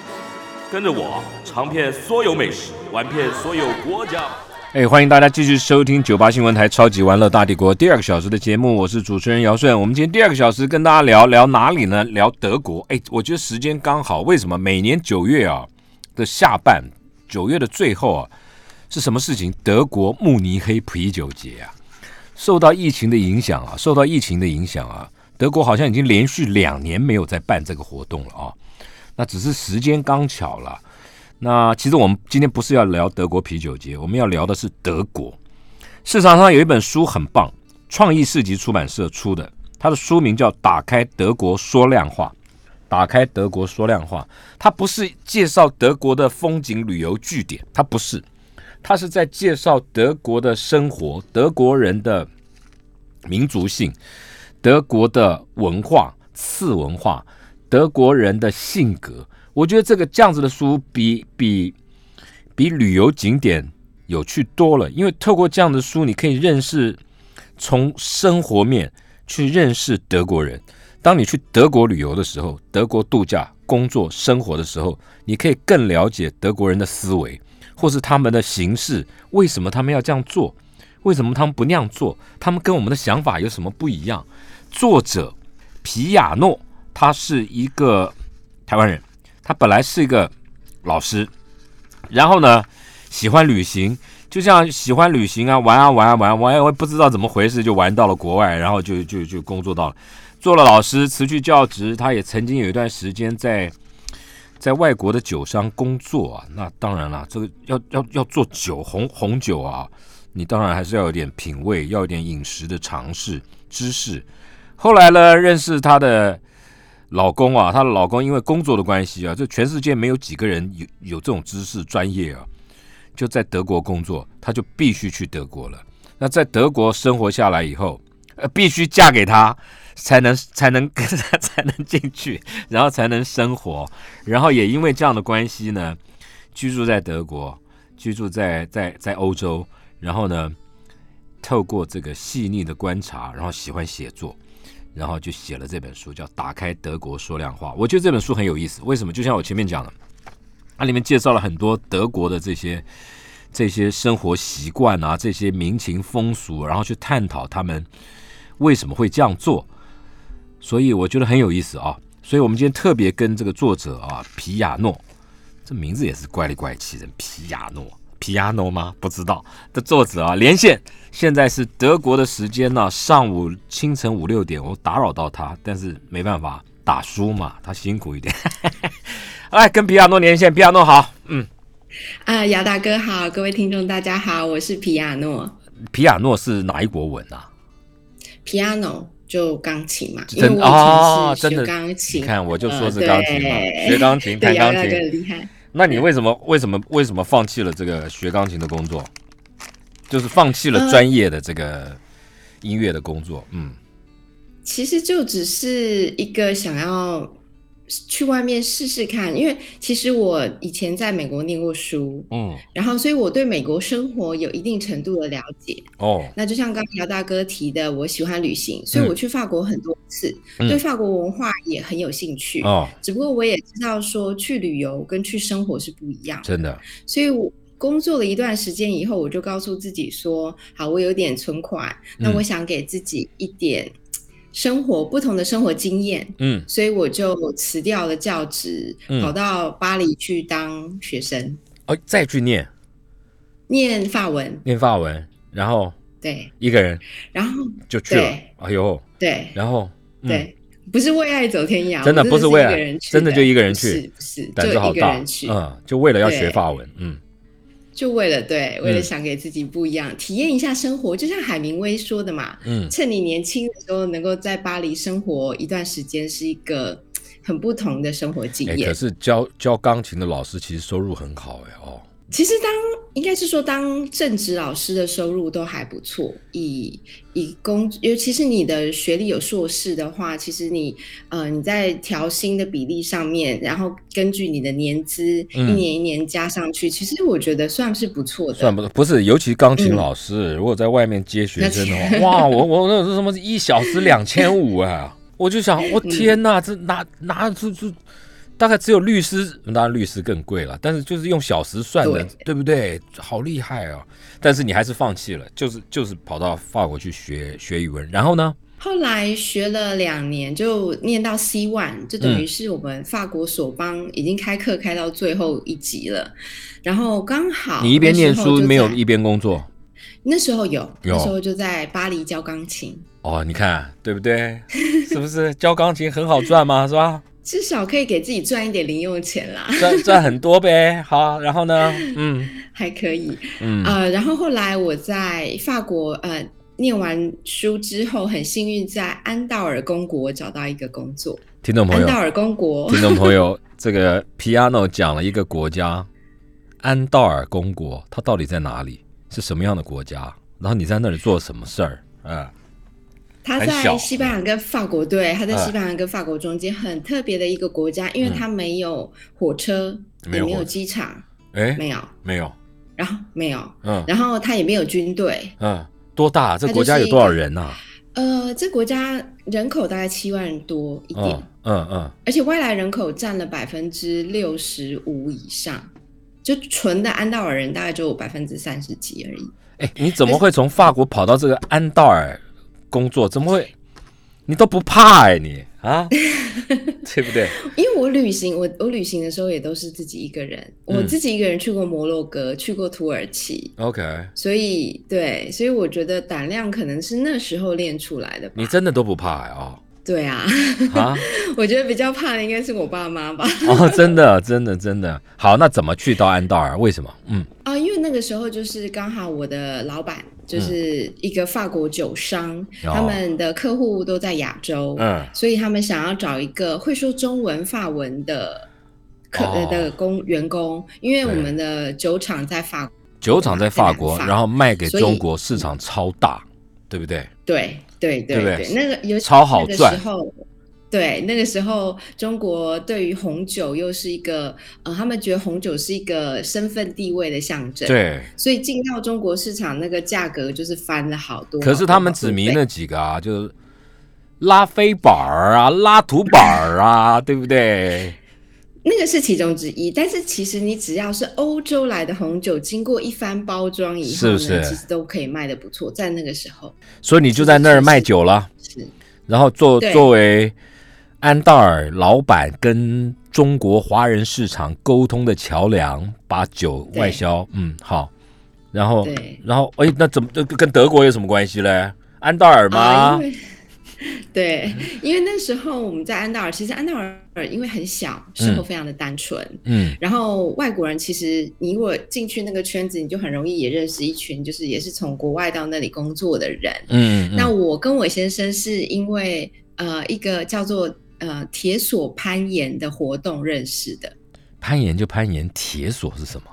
跟着我尝遍所有美食，玩遍所有国家。哎，欢迎大家继续收听九八新闻台《超级玩乐大帝国》第二个小时的节目，我是主持人姚顺。我们今天第二个小时跟大家聊聊哪里呢？聊德国。哎，我觉得时间刚好，为什么每年九月啊的下半，九月的最后啊，是什么事情？德国慕尼黑啤酒节啊，受到疫情的影响啊，受到疫情的影响啊，德国好像已经连续两年没有再办这个活动了啊。那只是时间刚巧了。那其实我们今天不是要聊德国啤酒节，我们要聊的是德国。市场上有一本书很棒，创意市集出版社出的，它的书名叫《打开德国说亮话》。打开德国说亮话，它不是介绍德国的风景旅游据点，它不是，它是在介绍德国的生活、德国人的民族性、德国的文化、次文化、德国人的性格。我觉得这个这样子的书比比比旅游景点有趣多了，因为透过这样的书，你可以认识从生活面去认识德国人。当你去德国旅游的时候，德国度假、工作、生活的时候，你可以更了解德国人的思维，或是他们的形式，为什么他们要这样做，为什么他们不那样做，他们跟我们的想法有什么不一样？作者皮亚诺，他是一个台湾人，他本来是一个老师，然后呢喜欢旅行，就像喜欢旅行啊，玩啊玩啊玩啊玩啊，我也不知道怎么回事就玩到了国外，然后就就就工作到了，做了老师，辞去教职，他也曾经有一段时间在。在外国的酒商工作啊，那当然啦，这个要要要做酒红红酒啊，你当然还是要有点品味，要有点饮食的尝试知识。后来呢，认识她的老公啊，她的老公因为工作的关系啊，这全世界没有几个人有有这种知识专业啊，就在德国工作，她就必须去德国了。那在德国生活下来以后，呃，必须嫁给他才能才能 才能进去，然后才能生活，然后也因为这样的关系呢，居住在德国，居住在在在欧洲，然后呢，透过这个细腻的观察，然后喜欢写作，然后就写了这本书，叫《打开德国说亮话》。我觉得这本书很有意思，为什么？就像我前面讲的，它里面介绍了很多德国的这些这些生活习惯啊，这些民情风俗，然后去探讨他们为什么会这样做。所以我觉得很有意思啊。所以我们今天特别跟这个作者啊皮亚诺，这名字也是怪里怪气的，皮亚诺。皮亚诺吗？不知道。的作者啊，连线。现在是德国的时间呢、上午清晨五六点，我打扰到他，但是没办法，打书嘛，他辛苦一点。 来跟皮亚诺连线，皮亚诺好，嗯，啊，姚大哥好，各位听众大家好，我是皮亚诺皮亚诺是哪一国文啊？ ，piano 就钢琴嘛，因为我真以哦，前真是的学钢琴，你看我就说是呃钢琴嘛，对学钢琴弹 对，姚钢大哥琴。很厉害。那你为什么为什么为什么放弃了这个学钢琴的工作？就是放弃了专业的这个音乐的工作，嗯，其实就只是一个想要去外面试试看，因为其实我以前在美国念过书，嗯，然后所以我对美国生活有一定程度的了解。哦，那就像刚刚姚大哥提的，我喜欢旅行，所以我去法国很多次，嗯对法国文化也很有兴趣。哦，只不过我也知道说去旅游跟去生活是不一样，真的，所以我工作了一段时间以后，我就告诉自己说，好，我有点存款，那嗯我想给自己一点生活不同的生活经验，嗯，所以我就辞掉了教职，嗯跑到巴黎去当学生，哦，再去念念法文，念法文，然后对，一个人然后就去了对，哎呦，对然后，嗯，对。不是为爱走天涯，真的我不是是为一个爱人去真的的就一个人不去是不是胆子就好一个大人，去，嗯，就为了要对学法文，嗯，就为了对，为嗯了想给自己不一样，体验一下生活，就像海明威说的嘛，嗯趁你年轻的时候能够在巴黎生活一段时间，是一个很不同的生活经哎、验可。是教教钢琴的老师其实收入很好哎、哦，其实当应该是说，当正职老师的收入都还不错，以以工，尤其是你的学历有硕士的话，其实你呃你在调薪的比例上面，然后根据你的年资、嗯一年一年加上去，其实我觉得算是不错的。算不不是，尤其钢琴老嗯师，如果在外面接学生的话，哇，我我那是什么一小时两千五 啊！我就想，我天嗯哪，这拿拿这这，大概只有律师，当然律师更贵了，但是就是用小时算的，对对不对？好厉害啊！但是你还是放弃了，就是就是跑到法国去学学语文，然后呢？后来学了两年，就念到 C one，嗯就等于是我们法国索邦已经开课开到最后一级了。然后刚好你一边啊那时念候书就没有在一边工作那时候有，有那时候就在巴黎教钢琴，哦？你看对不对？是不是教钢琴很好赚嘛？是吧？至少可以给自己赚一点零用钱啦， 赚赚很多呗。好，然后呢？嗯还可以。嗯。呃，然后后来我在法国呃念完书之后，很幸运在安道尔公国找到一个工作。听众朋安友道，尔 公国， 听众朋友，这个 Piano 讲了一个国家，安道尔公国，它到底在哪里？是什么样的国家？然后你在那里做什么事儿？啊、他很小在西班牙跟法国，对，他在哎西班牙跟法国中间很特别的一个国家，因为嗯它没有火车，没有也没火有机场，哎，没有，没有，然后没有，嗯然后它也没有军队。嗯，多大？这它就是国家有多少人啊呐、呃，这国家人口大概七万多一点，嗯嗯嗯，而且外来人口占了百分之六十五以上，就纯的安道尔人大概就有百分之三十几而已。哎，你怎么会从法国跑到这个安道尔工作？怎么会？你都不怕哎、你 啊，对不对？因为我旅行，我我旅行的时候也都是自己一个人，嗯我自己一个人去过摩洛哥，去过土耳其， OK，所以对，所以我觉得胆量可能是那时候练出来的吧。你真的都不怕哎、对啊，哦啊。 我觉得比较怕的应该是我爸妈吧。 哦，真的，真的，真的。好，那怎么去到安道尔？为什么？嗯啊，因为那个时候就是刚好我的老板就是一个法国酒商，嗯哦他们的客户都在亚洲，嗯所以他们想要找一个会说中文、法文的客、哦呃的工员工，因为对我们的酒厂在法国，酒厂在法国，在南法然后卖给所以中国，市场超大，对不对？对对对不对对那个有超好赚那个时候。对，那个时候中国对于红酒又是一个，呃，他们觉得红酒是一个身份地位的象征，对。所以进到中国市场，那个价格就是翻了好多。可是他们好多指好多迷倍那几个啊，就是拉菲板儿啊、拉图板儿啊，对不对？那个是其中之一，但是其实你只要是欧洲来的红酒，经过一番包装以后呢，是不是其实都可以卖的不错。在那个时候所以你就在那儿卖酒了，是然后作对作为安道尔老板跟中国华人市场沟通的桥梁，把酒对外销。嗯，好。然后对，然后，哎，那怎么这跟德国有什么关系嘞？安道尔啊，吗因？为对，因为那时候我们在安道尔，其实安道尔因为很小，生活非常的单纯。嗯，然后外国人其实，你如果进去那个圈子，你就很容易也认识一群，就是也是从国外到那里工作的人。嗯嗯那我跟我先生是因为呃一个叫做呃铁索攀岩的活动认识的。攀岩就攀岩，铁索是什么？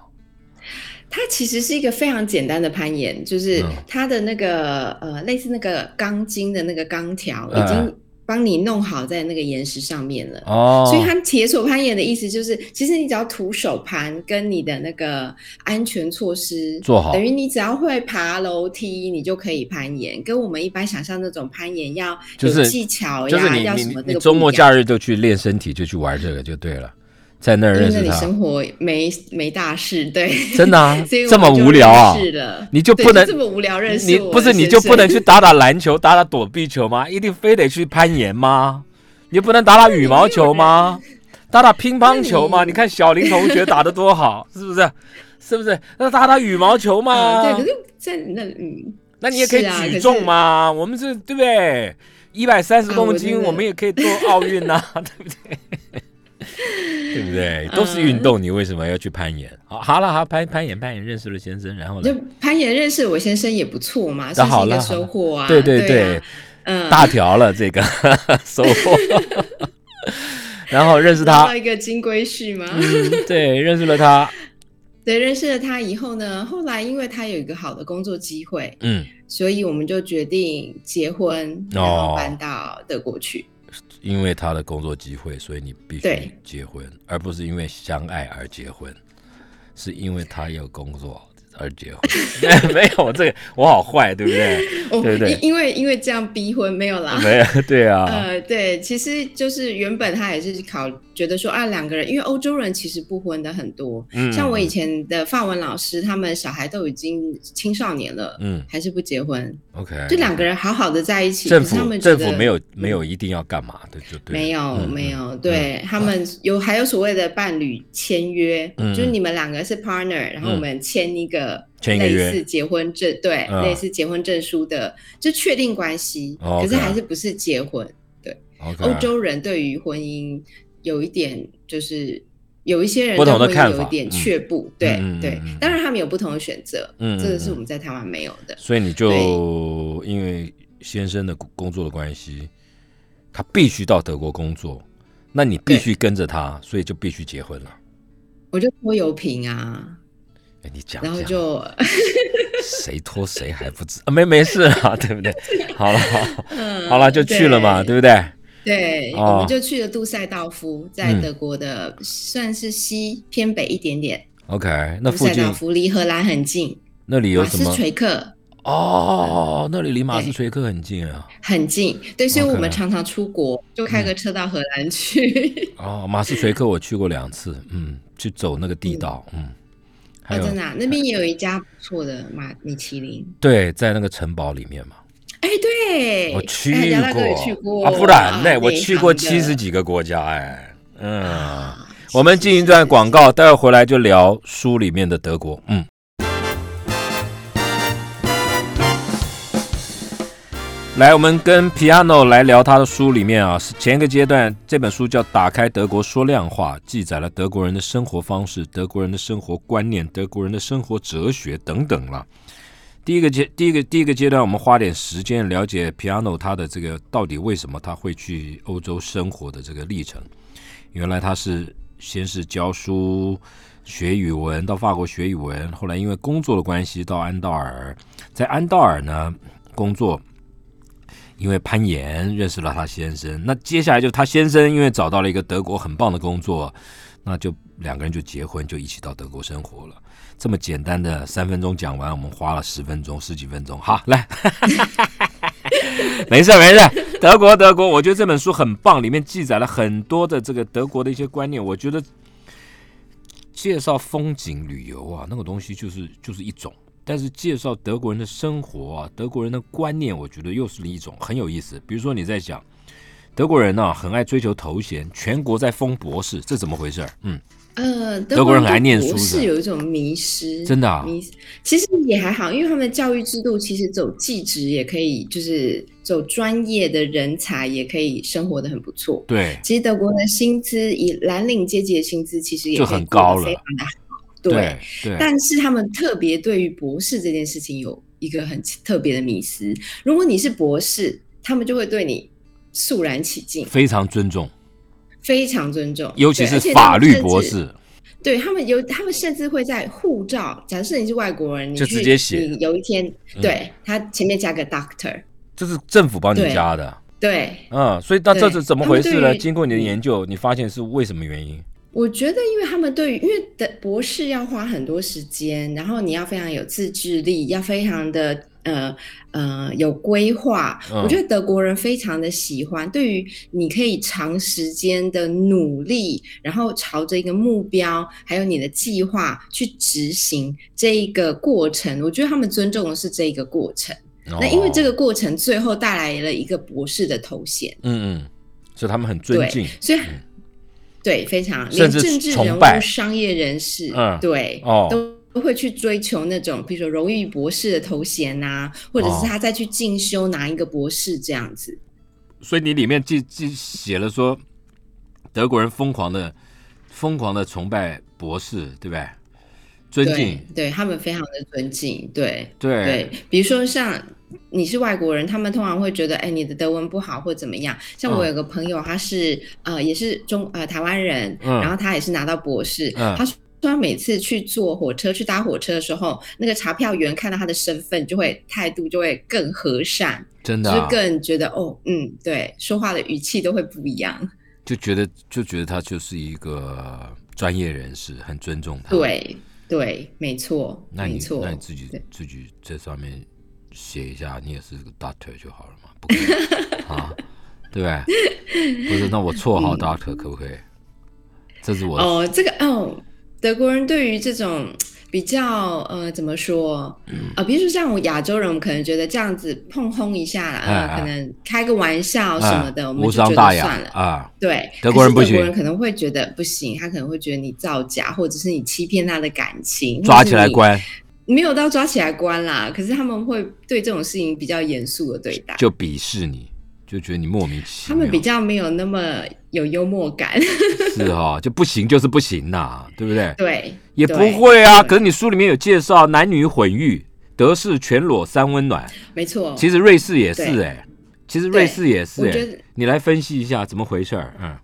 它其实是一个非常简单的攀岩，就是嗯它的那个呃类似那个钢筋的那个钢条嗯已经帮你弄好在那个岩石上面了。哦，所以它铁索攀岩的意思就是，其实你只要徒手攀，跟你的那个安全措施做好等于你只要会爬楼梯，你就可以攀岩。跟我们一般想象那种攀岩要就有是技巧呀，就是你要什你么那你个周末不一样假日就去练身体，就去玩这个就对了，在那儿因为认那识里他，生活没没大事，对，，真的啊所以我这么们就无聊啊认识了，你就不能对就这么无聊认识你我不是的你先就不能生去打打篮球、打打躲避球吗？一定非得去攀岩吗？你不能打打羽毛球吗？打打乒乓球吗？那你你看小林同学打得多好，是不是？是不是？那打打羽毛球嘛啊？对，可是在那嗯，那你也可以是啊举重嘛？我们这对不对？一百三十啊公我斤，真的我们也可以做奥运呐、 对不 对？对不嗯对？都是运动，你为什么要去攀岩？好，好了，好攀攀岩，攀岩认识了先生，然后呢就？攀岩认识我先生也不错嘛，那算是好一了，个好了收获啊，对对对啊，嗯，大条了这个 收获， 然后认识找他嗯 到，一个金龟婿嘛，嗯，对，认识了他，对，认识了他以后呢，后来因为他有一个好的工作机会，嗯，所以我们就决定结婚，然哦后搬到德国去。因为他的工作机会，所以你必须对结婚，而不是因为相爱而结婚，是因为他有工作而结婚。 没有，我这个我好坏，对不对？哦，对对因因为因为这样逼婚没有啦。没有，对啊，呃，对，其实就是原本他也是考觉得说啊，两个人，因为欧洲人其实不婚的很多，嗯像我以前的法文老师，他们小孩都已经青少年了，嗯还是不结婚， ，OK，就两个人好好的在一起，政可是他府们觉政得府没有没有一定要干嘛的，就对，没有、嗯没，有，对、他们有还有所谓的伴侣签约，嗯就是你们两个是 partner，然嗯后我们签一个签一个类约似结婚证，对，嗯类似结婚证书的，就确定关系，哦可是 OK 还是不是结婚。嗯，OK 欧洲人对于婚姻有一点就是。有一些人不同的对婚姻看法有一点却步，对、嗯嗯嗯对嗯，当然他们有不同的选择，嗯嗯这个是嗯我们在台湾没有的，所以你就因为先生的工工作的关系，他必须到德国工作，那你必须跟着他，所以就必须结婚了。我就拖油瓶啊，哎，你讲，然后讲 就谁拖谁还不知，啊、没没事啊，对 不对？好了，嗯好了，就去了嘛，对不对？对，哦我们就去了杜塞道夫，在嗯德国的、算是西偏北一点点。 OK，那杜附塞近道夫离荷兰很近，那里有马什斯么？垂克哦，那里离马斯对垂克很近啊。很近，对，所以 OK 我们常常出国，就开个车到荷兰去。哦，马斯垂克我去过两次，嗯，去走那个地道，嗯，还哦，有真的啊、那边也有一家不错的马米其林。对，在那个城堡里面嘛，哎，对，我去哎姚大哥也过去过啊，不然啊呢？我内去行过的七十几个国家，哎，嗯。啊我们进一段广告，待会儿回来就聊书里面的德国。嗯。来，我们跟 Piano 来聊他的书里面啊，是前一个阶段这本书叫《打开德国说亮话》，记载了德国人的生活方式、德国人的生活观念、德国人的生活哲学等等了。第一个阶第一个第一个阶段，我们花点时间了解 Piano 他的这个到底为什么他会去欧洲生活的这个历程。原来他是先是教书学语文，到法国学语文，后来因为工作的关系到安道尔，在安道尔呢工作，因为攀岩认识了他先生。那接下来就他先生因为找到了一个德国很棒的工作，那就两个人就结婚，就一起到德国生活了。这么简单的三分钟讲完，我们花了十分钟、十几分钟。好，来，没事没事，德国德国，我觉得这本书很棒，里面记载了很多的这个德国的一些观念。我觉得介绍风景旅游啊，那个东西就是就是一种，但是介绍德国人的生活啊，德国人的观念，我觉得又是一种很有意思。比如说你在讲德国人呢、啊很爱追求头衔，全国在封博士，这怎么回事儿？嗯，呃，德德国人很对爱念书博是吧士有一种迷失，真的啊迷失其实也还好，因为他们的教育制度其实走技职也可以，就是走专业的人才也可以生活的很不错。对其实德国的薪资以蓝领阶级的薪资其实也就可以很过得高了非常的好。对，对，但是他们特别对于博士这件事情有一个很特别的迷思。如果你是博士，他们就会对你肃然起敬，非常尊重，非常尊重，尤其对是而且他法们律甚博至士。对他们有，他们甚至会在护照，假设你是外国人，你就去直接写嗯你有一天，对他前面加个 doctor，这是政府帮你对加的，对，嗯，所以那这对是怎么他们回事对呢？于经过你的研究，你发现是为什么原因？我觉得，因为他们对于，因为的博士要花很多时间，然后你要非常有自制力，要非常的呃呃有规划。嗯我觉得德国人非常的喜欢，对于你可以长时间的努力，然后朝着一个目标，还有你的计划去执行这一个过程，我觉得他们尊重的是这一个过程。那因为这哦，个过程最后带来了一个博士的头衔，嗯嗯，所以他们很尊对敬，，所以。对，非常甚连至政治崇人拜物、商业人士，嗯对，哦都会去追求那种，比如说荣誉博士的头衔呐、或者哦是他再去进修拿一个博士这样子。所以你里面记记写了说，德国人疯狂的疯狂的崇拜博士，对不对？尊对敬，，对他们非常的尊敬，对对对，比如说像。你是外国人，他们通常会觉得，哎，你的德文不好或怎么样。像我嗯有个朋友，他是、呃也是中呃台湾人，嗯然后他也是拿到博士，嗯他说他每次去坐火车、去搭火车的时候，那个查票员看到他的身份，就会态度就会更和善，真的、就是啊，更觉得哦，嗯，对，说话的语气都会不一样。就觉得就觉得他就是一个专业人士，很尊重他。，对，对，没错，那没你错那。你自己对自己这上面写一下，你也是个 doctor 就好了嘛，不可 以啊？对不对？不是，那我绰号 doctor 可不可以？这是我的嗯哦，这个哦，德国人对于这种比较呃，怎么说啊、嗯呃比如说像我亚洲人，我们可能觉得这样子碰轰一下啦，哎呃，哎可能开个玩笑什么的，哎我们无就觉伤得大雅算了。啊。对，德国人不可是德行国人可能会觉得不行，他可能会觉得你造假，或者是你欺骗他的感情，抓或是起来你，关没有到抓起来关啦。可是他们会对这种事情比较严肃的对待，就鄙视你，就觉得你莫名其他妙。们比较没有那么有幽默感。 是哈，就不行就是不行呐、对不对？对，也不对会啊。对可是你书里面有介绍男女混浴，德式全裸三温暖，没错。其实瑞士也是哦对哎、其实瑞士也是我哎、觉得你来分析一下怎么回事儿？嗯，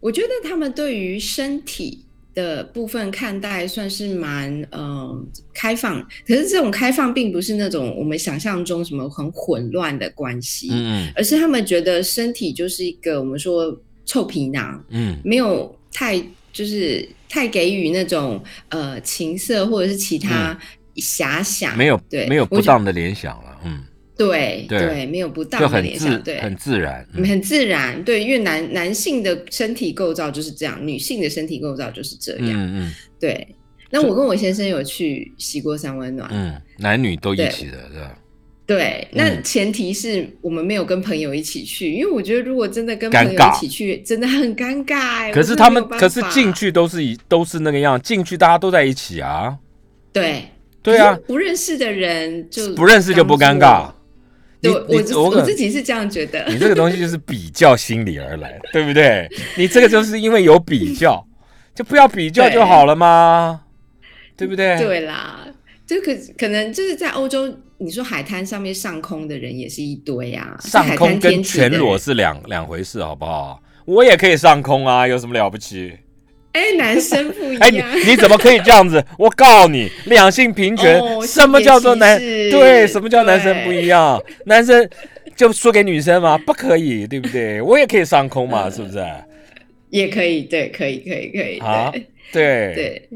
我觉得他们对于身体的部分看待算是蛮嗯、呃开放，可是这种开放并不是那种我们想象中什么很混乱的关系，嗯而是他们觉得身体就是一个我们说臭皮囊，嗯没有太就是太给予那种呃情色或者是其他遐想，嗯，没有对没有我不觉当的联想了，嗯，对对没有不当就的很联想，自对，很自然，嗯很自然，对，因为男男性的身体构造就是这样，女性的身体构造就是这样，嗯嗯对。那我跟我先生有去洗过三温暖，嗯，男女都一对起的，对吧？对，那嗯前提是我们没有跟朋友一起去，因为我觉得如果真的跟尴朋友尬一起去，真的很尴尬欸、可我是真的他没有们，办可是法进去都是一都是那个样，进去大家都在一起啊，对对啊可，是不认识的人就不认识就不尴尬当。做。你对，你我自我可我自己是这样觉得。你这个东西就是比较心理而来，对不 对？你这个就是因为有比较，就不要比较就好了嘛，对不对？对啦，就可可能就是在欧洲，你说海滩上面上空的人也是一堆啊，是上海空滩跟天气全的裸人。是两两回事，好不好？我也可以上空啊，有什么了不 起？哎，男生不一哎，你样。你怎么可以这样子？我告你，两性平权，哦什么叫做男？性别歧视对，什么叫男生不一样？男生就说给女生嘛，不可以，对不对？我也可以上空嗯嘛，是不是？也可以，对，可以，可以，可以，啊对，对。对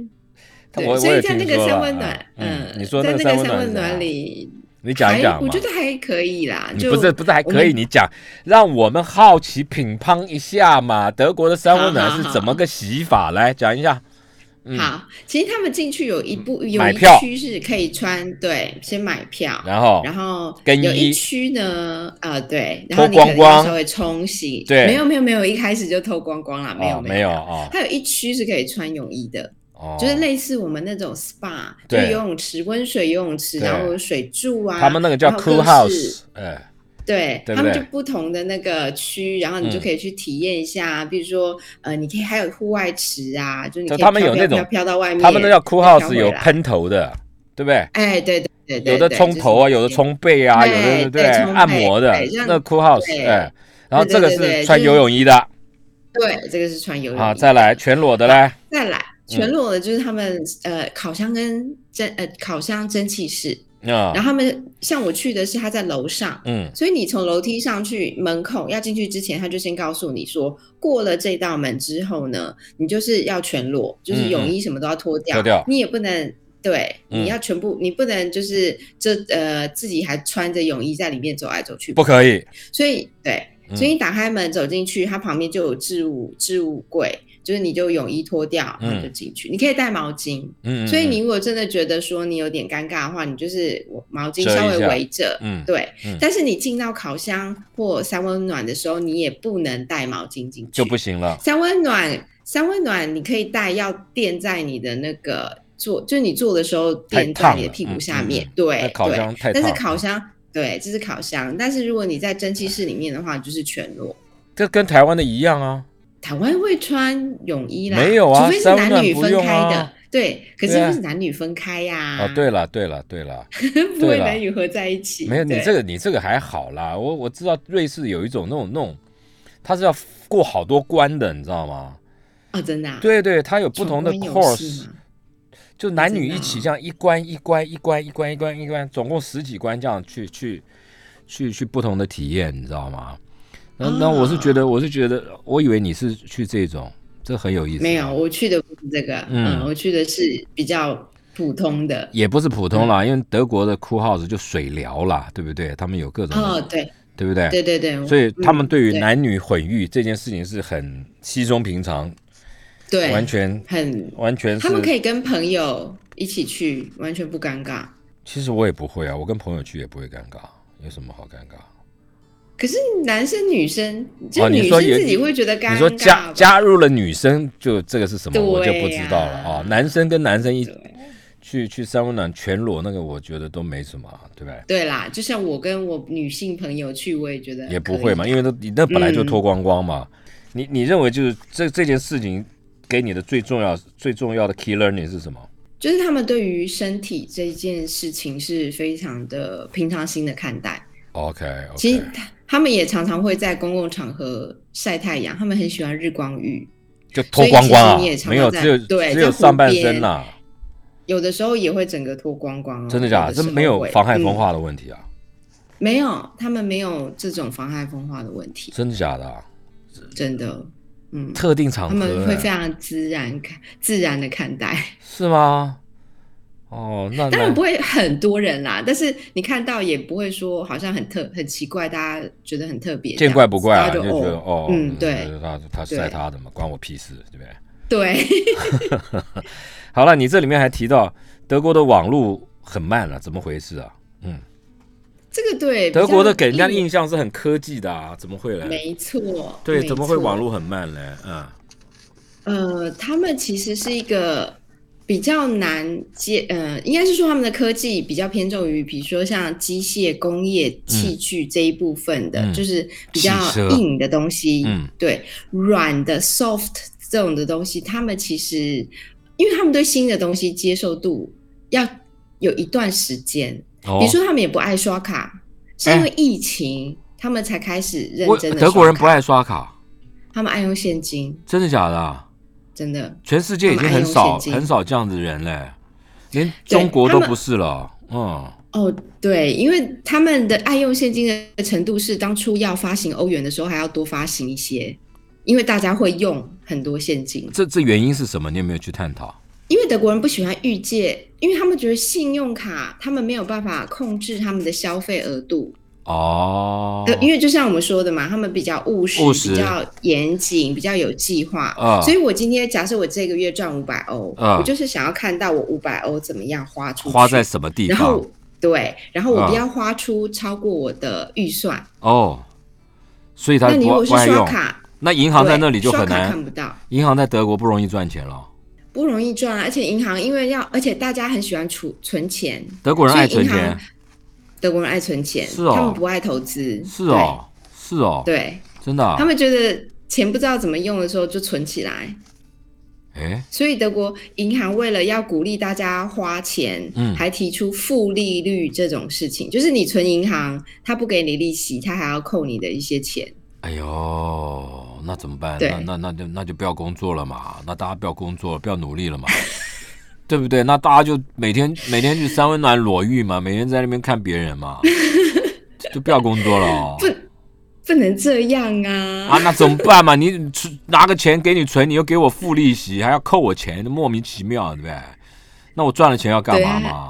他对，我所我也以在那听个说三了温暖，嗯，嗯，你说在个那三个三温温暖暖里，里，你讲一还讲我嘛觉。得还可以啦，你就不是不是还我可以？们你讲让我们好奇品乓一下嘛？德国的三温暖好好是好怎么个洗法？来讲一下。嗯好，其实他们进去有一部有买一票区是可以穿，对，先买票，然后然后更有一衣区呢，呃，对，然脱后你可能光光要稍微冲洗，对没有没有没有，一开始就偷光光啦，没有哦没有有。哦它有一区是可以穿泳衣的，哦，就是类似我们那种 SPA，就对是游泳池、温水游泳池，对然后有水柱啊，他们那个叫然后各 cool 式 house，哎，对对不他们对就不同的那个区，然后你就嗯可以去体验一下，比如说呃，你可以还有户外池啊，就是你就可以他们有那飘飘种飘飘到外面，他们那叫 cool 再飘 house，回有来喷头的，对不对？哎，对对对啊对，有的对冲头啊，就是有的冲背啊，有对的对冲背按摩的对像那 cool house，对哎，然后对这个对对是对穿就是游泳衣的对，这个是穿游泳啊，衣再来全裸的嘞。再来嗯全裸的就是他们呃烤箱跟蒸呃烤箱蒸汽室，啊，然后他们像我去的是他在楼上。嗯，所以你从楼梯上去门口要进去之前，他就先告诉你说，过了这道门之后呢，你就是要全裸，就是泳衣什么都要脱嗯掉，脱掉你也不能对，嗯你要全部，你不能就是这呃自己还穿着泳衣在里面走来走去，不可以，所以对，嗯所以你打开门走进去，它旁边就有置物置物柜，就是你就泳衣脱掉，嗯然后就进去。你可以带毛巾，嗯，嗯所以嗯你如果真的觉得说你有点尴尬的话，你就是毛巾遮一稍微下围着，嗯对。嗯但是你进到烤箱或三温暖的时候，你也不能带毛巾进去，就不行了。三温暖，三温暖你可以带，要垫在你的那个坐，就是你坐的时候垫在你的屁股下面。太烫了嗯嗯嗯那，烤对箱对太烫但了是烤箱，对，这是烤箱。但是如果你在蒸汽室里面的话，就是全裸。这跟台湾的一样啊，台湾会穿泳衣啦，没有啊除非是三温暖男女分不用开啊的。对，可是对啊不是男女分开呀、啊，对了，对了，对了， 不对会啦男女合在一起。没有你对这个你这个还好啦，我我知道瑞士有一种那种那种，他是要过好多关的，你知道吗？啊、真的、啊？，对对，它有不同的 course，嘛。就男女真的一啊起这样一关一关一关一关一关一关，总共十几关这样去去去去不同的体验，你知道吗？那那我是觉得，我是觉得，我以为你是去这种，这很有意思。没有，，我去的不是这个，嗯嗯我去的是比较普通的。也不是普通啦，因为德国的 cool house 就水疗啦，对不对？他们有各种的，哦，对，对不对？对对对，嗯所以他们对嗯于对男女混浴这件事情是很稀松平常，对完全很，完全是。他们可以跟朋友一起去，完全不尴尬。其实我也不会啊，我跟朋友去也不会尴尬，有什么好尴尬？可是男生女生，就哦你女说生也自己会觉得尴尬吧。你说加加入了女生，就这个是什么，对呀我就不知道了啊。男生跟男生一对去去三温暖全裸那个，我觉得都没什么啊，对不对？对啦，就像我跟我女性朋友去，我也觉得也不可以嗯会嘛，因为那那本来就脱光光嘛。你你认为就是这这件事情给你的最重要最重要的 key learning 是什么？就是他们对于身体这件事情是非常的平常心的看待。 OK，, o k 其实他他们也常常会在公共场合晒太阳，他们很喜欢日光浴，就脱光光啊所以其实你也，常常没有，在只有对只有在湖上半身啦、有的时候也会整个脱光光哦、真的假的？有时这候没有会妨害风、嗯化的问题啊？没有，他们没有这种妨害风化的问题，真的假的、啊？真的，嗯，特定场合、他们会非欸、常自然看自然的看待。是吗？哦，那当然那不会很多人啦，但是你看到也不会说好像很特很奇怪，大家觉得很特别这样子，见怪不怪啊，大家就觉得哦，嗯，对就是他他对晒他的嘛，关我屁事，对不对？对，好了，你这里面还提到德国的网络很慢了、怎么回事啊？嗯，这个对德国的给人家比较印象是很科技的啊，怎么会嘞？没错，对，没怎么会错网？络很慢嘞？嗯，呃，他们其实是一个比较难接，呃，应该是说他们的科技比较偏重于，比如说像机械、工业、器具这一部分的，嗯就是比较汽车硬的东西，嗯对，软的 soft 这种的东西，他们其实因为他们对新的东西接受度要有一段时间，哦哎比如说他们也不爱刷卡，是因为疫情。他们才开始认我真的。德国人不，爱刷卡，他们爱用现金，真的假的啊？真的。全世界已经很他们爱少用现金很少这样子的人嘞，连对中国他都们不是了。嗯，哦，对，因为他们的爱用现金的程度是当初要发行欧元的时候还要多发行一些，因为大家会用很多现金。这这原因是什么？你有没有去探讨？因为德国人不喜欢预借，因为他们觉得信用卡他们没有办法控制他们的消费额度。哦，呃，因为就像我们说的嘛，他们比较务实，务实比较严谨，比较有计划。啊所以我今天假设我这个月赚五百欧，啊我就是想要看到我五百欧怎么样花出去，花在什么地然方后？对，然后我啊不要花出超过我的预算。哦，所以他那你如不果是不爱刷用。卡，那银行在对那里就很刷卡难看，不到，银行在德国不容易赚钱了。不容易赚啊。而且银行因为要，而且大家很喜欢储存钱，德国人爱存所以银钱行，德国人爱存钱，是哦他们不爱投资，是哦，是哦，对，真的啊对，他们觉得钱不知道怎么用的时候就存起来。哎，所以德国银行为了要鼓励大家花钱，嗯还提出负利率这种事情，就是你存银行，他不给你利息，他还要扣你的一些钱。哎呦，那怎么办？对那那那就那就不要工作了嘛，那大家不要工作，不要努力了嘛， 对不对？那大家就每天每天去三温暖裸浴嘛，每天在那边看别人嘛，就不要工作了哦、 不能这样啊！啊，那怎么办嘛？你存拿个钱给你存，你又给我付利息，还要扣我钱，莫名其妙，对不对？那我赚了钱要干嘛嘛？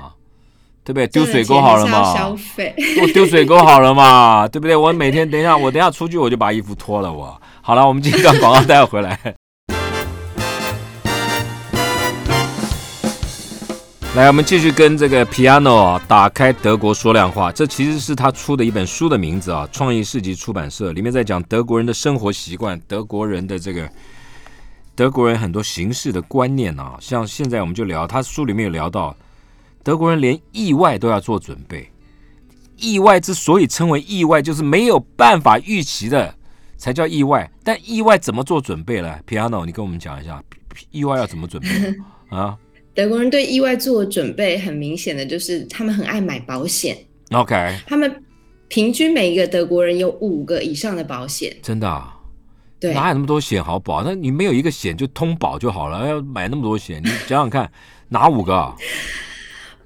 对不对？丢水沟好了赚钱还是要消嘛？ 费。我丢水沟好了嘛？对不对？我每天等一下，我等一下出去我就把衣服脱了我。好了，我们进一段广告，待会回来。 来，我们继续跟这个 Piano 啊，打开德国说亮话。这其实是他出的一本书的名字啊，创意市集出版社里面在讲德国人的生活习惯，德国人的这个德国人很多形式的观念啊。像现在我们就聊，他书里面有聊到，德国人连意外都要做准备。意外之所以称为意外，就是没有办法预期的才叫意外。但意外怎么做准备呢？Piano，你跟我们讲一下，意外要怎么准 备啊德国人对意外做准备，很明显的就是他们很爱买保险。 ？OK。他们平均每一个德国人有五个以上的保险，真的、啊，对，哪有那么多险好保？那你没有一个险就通保就好了，要买那么多险，你想想看，哪五个、啊？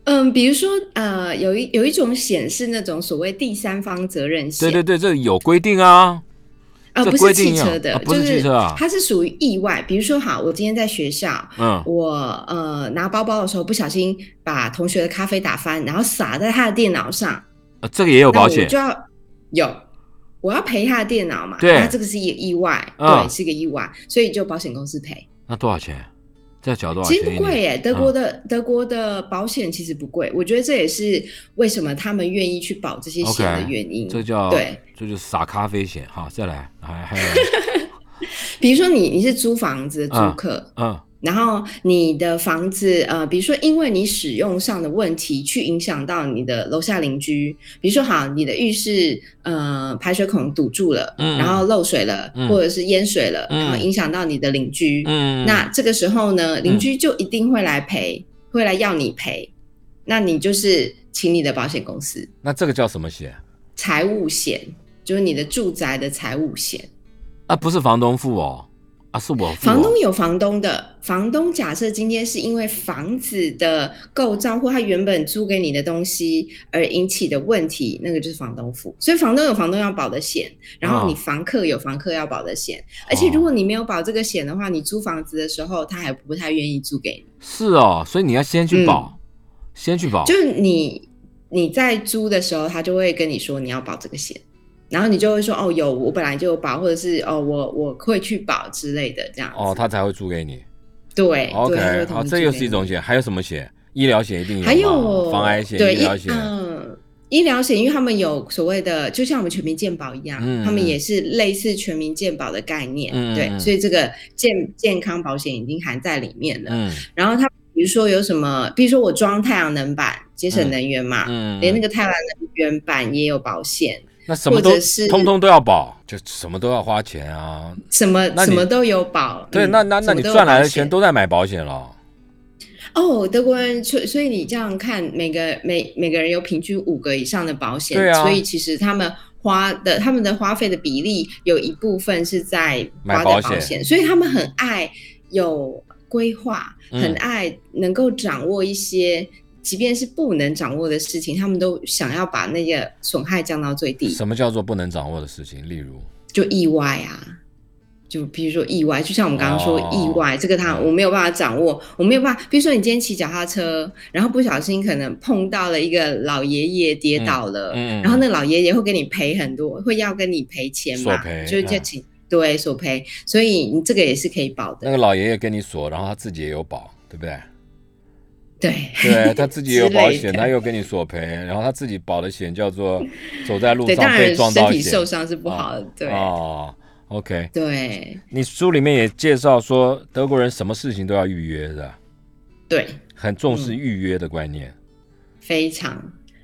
嗯，比如说呃，有一有一种险是那种所谓第三方责任 险，对对对，这有规定啊。啊，这不规是汽定啊车的，啊不是汽车啊就是它是属于意外。比如说，好，我今天在学校，嗯我呃拿包包的时候不小心把同学的咖啡打翻，然后洒在他的电脑上，呃这个也有那保我险就，要有，我要赔他的电脑嘛，对那这个是意意外，啊对，是个意外，所以就保险公司赔。那多少钱？这要缴多少其钱实一嗯年？不贵耶，德国的、德国的保险其实不贵，我觉得这也是为什么他们愿意去保这些险 OK，的原因。这叫对，这就是撒咖啡险哈。再来，还还有， 比如说你你是租房子的租啊客，嗯，然后你的房子，呃，比如说因为你使用上的问题，去影响到你的楼下邻居，比如说好，你的浴室呃排水孔堵住了，嗯然后漏水了，嗯或者是淹水了，嗯然后影响到你的邻居， 嗯那这个时候呢，邻居就一定会来赔，会来要你赔，那你就是请你的保险公司那这个叫什么险财务险，就是你的住宅的财务险。啊？不是房东付哦，啊，是我付、哦。房东有房东的，房东假设今天是因为房子的构造或他原本租给你的东西而引起的问题，那个就是房东付。所以房东有房东要保的险，然后你哦房客有房客要保的险。啊而且如果你没有保这个险的话，你租房子的时候他还不太愿意租给你，是哦，所以你要先去保，先去保。嗯就是你你在租的时候，他就会跟你说你要保这个险。然后你就会说哦，有我本来就有保，或者是哦我我会去保之类的这样子。哦，他才会租给你。对 OK，对他就会好、同意这租又给是一你种险，还有什么险？医疗险一定有嘛，还有防癌险、对医疗险。嗯，医疗险，因为他们有所谓的，就像我们全民健保一样，嗯他们也是类似全民健保的概念，嗯嗯嗯对，所以这个健健康保险已经含在里面了。嗯然后它比如说有什么，比如说我装太阳能板节省能源嘛，嗯，连那个太阳能源板也有保险，那什么都或者是通通都要保，就什么都要花钱啊。什么那你什么都有保。对，嗯那那什那么你都有赚来保的险钱都在买保险了。哦，德国人，所所以你这样看，每个每每个人有平均五个以上的保险，对啊所以其实他们花的他们的花费的比例有一部分是在买花在保保险所以他们很爱有规划，嗯很爱能够掌握一些，即便是不能掌握的事情，他们都想要把那个损害降到最低，什么叫做不能掌握的事情？例如，就意外啊。就比如说意外，就像我们刚刚说哦意外，这个他我没有办法掌握，我没有办法。比如说你今天骑脚踏车，然后不小心可能碰到了一个老爷爷跌倒了，嗯嗯然后那老爷爷会给你赔很多，会要跟你赔钱嘛索，赔就是叫嗯请、对索赔，所以你这个也是可以保那的，个老爷爷跟你索，然后他自己也有保，对不对？ 对 对他自己也有之类保险，的他又跟你索赔，然后他自己保的险叫做走在路对，上当被然撞身到体险受伤是不好的，对、哦，OK，对你书里面也介绍说，德国人什么事情都要预约的，对，很重视预约的观念。非常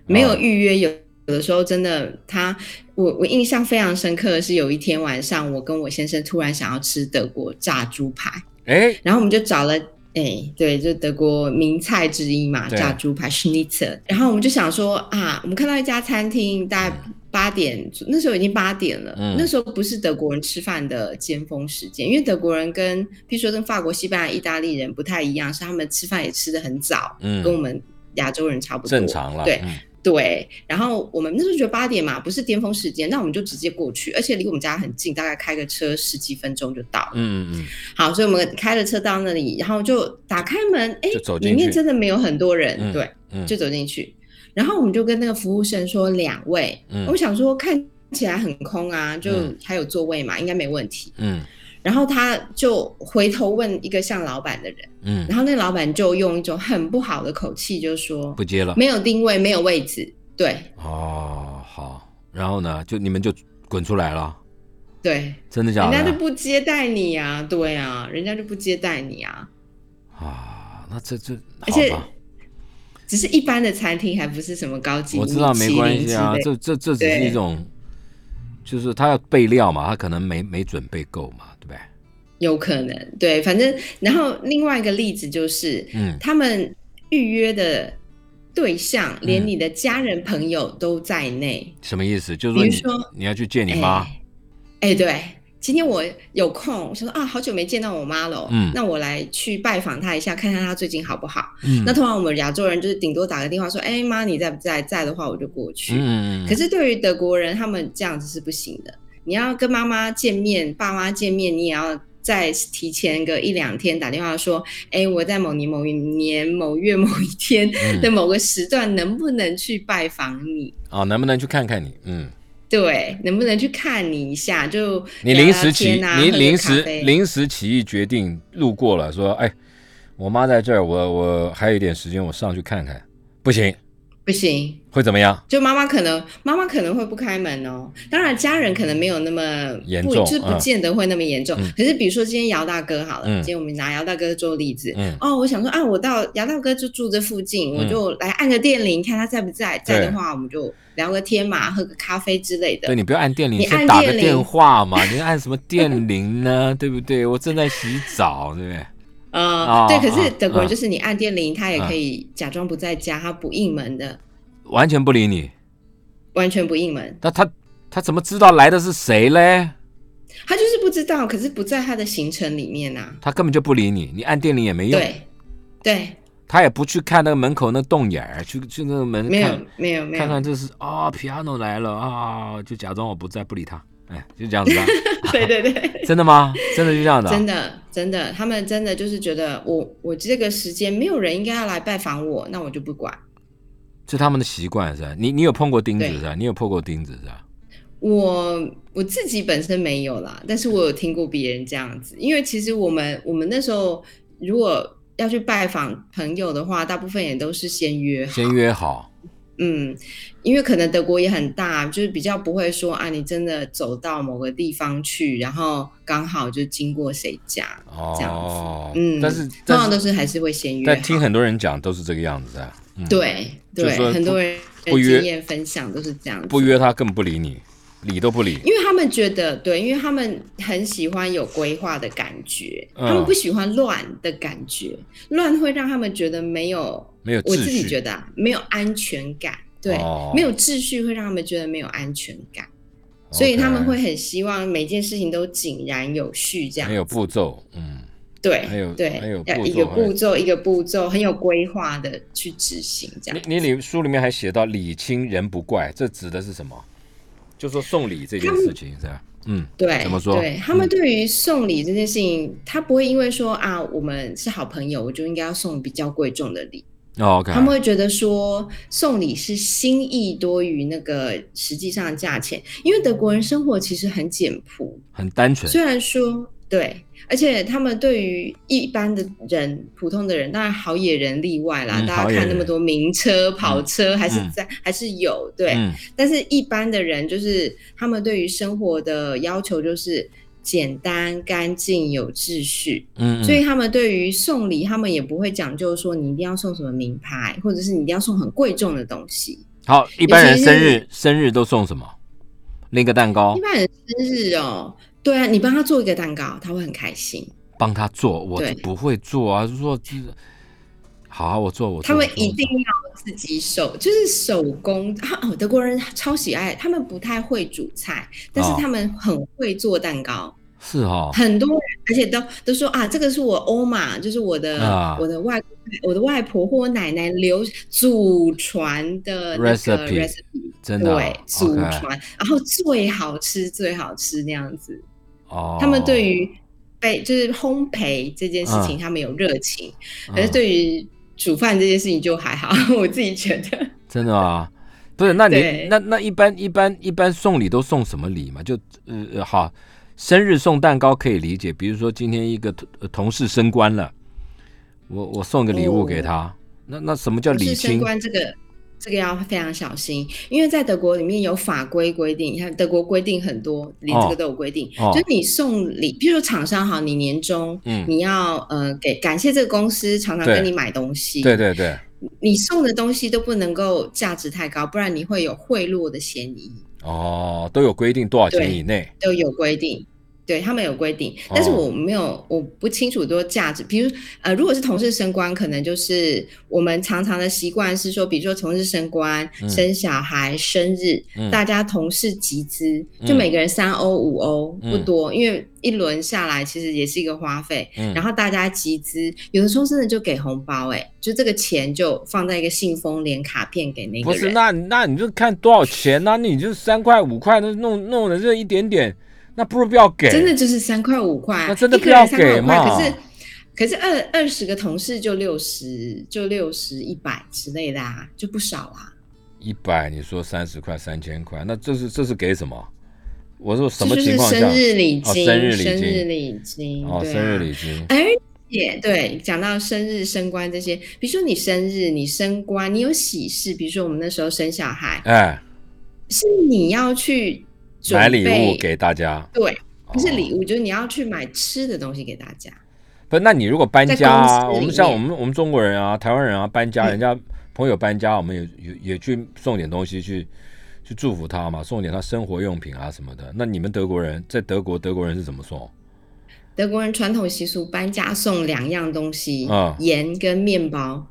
没啊有预约有。有的时候真的，他我我印象非常深刻的是，有一天晚上，我跟我先生突然想要吃德国炸猪排，哎、然后我们就找了，哎、对，就德国名菜之一嘛，对炸猪排 Schnitzel。然后我们就想说啊，我们看到一家餐厅，大概八点，那时候已经八点了，嗯那时候不是德国人吃饭的尖峰时间，因为德国人跟，比如说跟法国、西班牙、意大利人不太一样，是他们吃饭也吃的很早，嗯跟我们亚洲人差不多，正常了，对嗯对，然后我们那时候觉得八点嘛，不是巅峰时间，那我们就直接过去，而且离我们家很近，大概开个车十几分钟就到了。嗯嗯好，所以我们开了车到那里，然后就打开门，哎就走，进里面去真的没有很多人，嗯对，嗯，就走进去。然后我们就跟那个服务生说两位，嗯我想说看起来很空啊，就嗯还有座位嘛，应该没问题。嗯然后他就回头问一个像老板的人，嗯然后那个老板就用一种很不好的口气就说不接了。没有定位，没有位置，对，哦，好，然后呢，就你们就滚出来了，对，真的假人家就的？不接待你啊，对啊，人家就不接待你啊，啊，那这这而且好吧，只是一般的餐厅，还不是什么高级米我其知林之类的，道没关系啊，这这这只是对一种，就是他要备料嘛，他可能没没准备够嘛，对不对？有可能对，反正然后另外一个例子就是，嗯他们预约的对象，连嗯你的家人朋友都在内，什么意思？就是说比你如说你要去见你哎妈，哎，对，今天我有空，我想说啊，好久没见到我妈了哦，嗯那我来去拜访她一下，看看她最近好不好。嗯那通常我们亚洲人就是顶多打个电话说，哎、妈你在不在？在的话我就过去。嗯可是对于德国人，他们这样子是不行的。你要跟妈妈见面、爸妈见面，你也要再提前个一两天打电话说，哎、我在某年某一年某月某一天嗯的某个时段，能不能去拜访你？啊，能不能去看看你？嗯，对，能不能去看你一下？就你聊临聊时起天，啊、你喝个临咖时啡临时起意决定路过了，说，哎，我妈在这儿，我我还有一点时间，我上去看看，不行，不行，会怎么样？就妈妈可能妈妈可能会不开门哦，当然家人可能没有那么严不重就是不嗯见得会那么严重。嗯可是比如说今天姚大哥好了，嗯今天我们拿姚大哥做例子。嗯哦，我想说啊，我到姚大哥就住这附近，我嗯就来按个电铃，看他在不在。在的对话，我们就聊个天嘛，喝个咖啡之类对的。你不要按电铃，你先按打个电铃电话嘛，你按什么电铃呢？对不对？我正在洗澡，对不对？呃，对，哦可是哦德国嗯人就是你按电铃，他也可以假装不在家，他不应门的，完全不理你，完全不应门。那他他怎么知道来的是谁嘞？他就是不知道，可是不在他的行程里面呐、他根本就不理你，你按电铃也没用，对，对，他也不去看那个门口那洞眼儿，去去那个门没有看，没有，没有。看看这是啊、piano 来了啊、就假装我不在，不理他，哎，就这样子啊， 对对 对。真的吗？真的就这样子、啊？真的，真的，他们真的就是觉得我我这个时间没有人应该要来拜访我，那我就不管。是他们的习惯是吧？你你有碰过钉子对是吧？你有破过钉子是吧？我我自己本身没有啦，但是我有听过别人这样子，因为其实我们我们那时候如果要去拜访朋友的话，大部分也都是先约好，先约好，嗯，因为可能德国也很大，就是比较不会说啊，你真的走到某个地方去，然后刚好就经过谁家，哦，这样嗯，但是通常但都是是还是会先约好。但听很多人讲都是这个样子啊，嗯，，对就是对说，很不多人不约经验分享都是这样子，不约他更不理你，理都不理，因为他们觉得对，因为他们很喜欢有规划的感觉，嗯他们不喜欢乱的感觉，乱会让他们觉得没有，没有我秩自己觉序，得啊没有安全感，对，哦没有秩序会让他们觉得没有安全感，所以他们 OK 会很希望每件事情都井然有序，这样很有步骤，嗯，对，很有对很有，要步一个骤很有步骤一个步骤，很有规划的去执行，这样你你里书里面还写到礼轻人不怪，这指的是什么？就说送礼这件事情是吧？嗯，对，怎么说嗯对他们对于送礼这件事情，他不会因为说啊，我们是好朋友，我就应该要送比较贵重的礼。哦，OK，他们会觉得说，送礼是心意多于那个实际上的价钱，因为德国人生活其实很简朴，很单纯，虽然说对，而且他们对于一般的人、普通的人，当然好野人例外啦，嗯大好野家看那么人多名车、跑车，还是嗯在、还是有对。嗯但是，一般的人就是他们对于生活的要求就是简单、干净、有秩序，嗯，所以以他们对于送礼，他们也不会讲究说你一定要送什么名牌，或者是你一定要送很贵重的东西。好，一般人尤其是生日生日都送什么？拎个蛋糕一，般人生日哦，对啊，你帮他做一个蛋糕，他会很开心，帮他做，我对不会做啊，做这好啊，我做我做他们我做一定要自己手，就是手工。他哦，德国人超喜爱，他们不太会煮菜，但是哦他们很会做蛋糕。是哦，很多人，而且都都说啊，这个是我欧玛，就是我的、啊我的外我的外婆或我奶奶流祖传的那个 Recipe，真的啊对，祖 OK 传，然后最好吃，最好吃那样子。哦，他们对于被就是烘焙这件事情，嗯他们有热情，嗯可是对于煮饭这件事情就还好， 我自己觉得。真的啊，不是？那你对那那一般一般一般送礼都送什么礼嘛？就呃呃好，生日送蛋糕可以理解，比如说今天一个同呃同事升官了，我我送个礼物给他，那那什么叫不礼是哦升轻？官这个这个要非常小心，因为在德国里面有法规规定，你看德国规定很多，连这个都有规定。哦就是你送礼，譬如说厂商好，你年终，嗯你要呃给感谢这个公司常常对跟你买东西，对对对，你送的东西都不能够价值太高，不然你会有贿赂的嫌疑，哦，都有规定多少钱对以内都有规定。对他们有规定，但是哦我没有，我不清楚多价值。比如，呃，如果是同事升官，可能就是我们常常的习惯是说，比如说同事升官、嗯生小孩、生日，嗯大家同事集资，就嗯每个人三欧五欧嗯不多，因为一轮下来其实也是一个花费。嗯然后大家集资，有的时候真的就给红包、欸，哎，就这个钱就放在一个信封，连卡片给那个不人。是，那那你就看多少钱那你就三块五块，那弄弄的这一点点，那不如不要给。真的就是三块五块，那真的一个不要人三给块五块。嘛可是可是二二十个同事就六十，就六十一百之类的啊，就不少啦、一百，你说三十块、三千块，那这是这是给什么？我说什这么就是情况下生？日礼金，哦生日礼金生日礼金，哦，对啊生日礼金，而且对，讲到生日、升官这些，比如说你生日、你升官，你有喜事，比如说我们那时候生小孩，哎，是你要去准买礼物备给大家。对，不是哦礼物，就是你要去买吃的东西给大家。不是，那你如果搬在家、啊，公司我里们像我面们我们中国人啊、台湾人啊搬家，嗯人家朋友搬家，我们也也也去送点东西去去祝福他嘛，送点他生活用品啊什么的。那你们德国人在德国，德国人是怎么送？德国人传统习俗搬家送两样东西，嗯盐跟面包。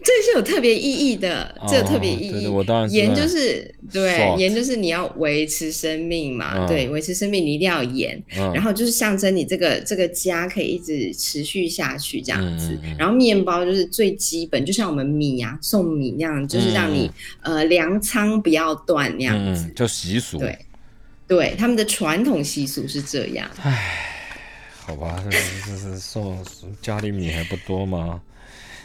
这是有特别意义的，这有特别意义。哦对对我当然知道盐就是对 Salt 盐就是你要维持生命嘛，嗯对，维持生命你一定要有盐，嗯，然后就是象征你这个这个家可以一直持续下去这样子。嗯嗯嗯然后面包就是最基本，就像我们米啊送米那样，就是让你、呃粮仓不要断那样嗯子。嗯，就习俗，对，对，他们的传统习俗是这样。好吧，这这是送家里米还不多吗？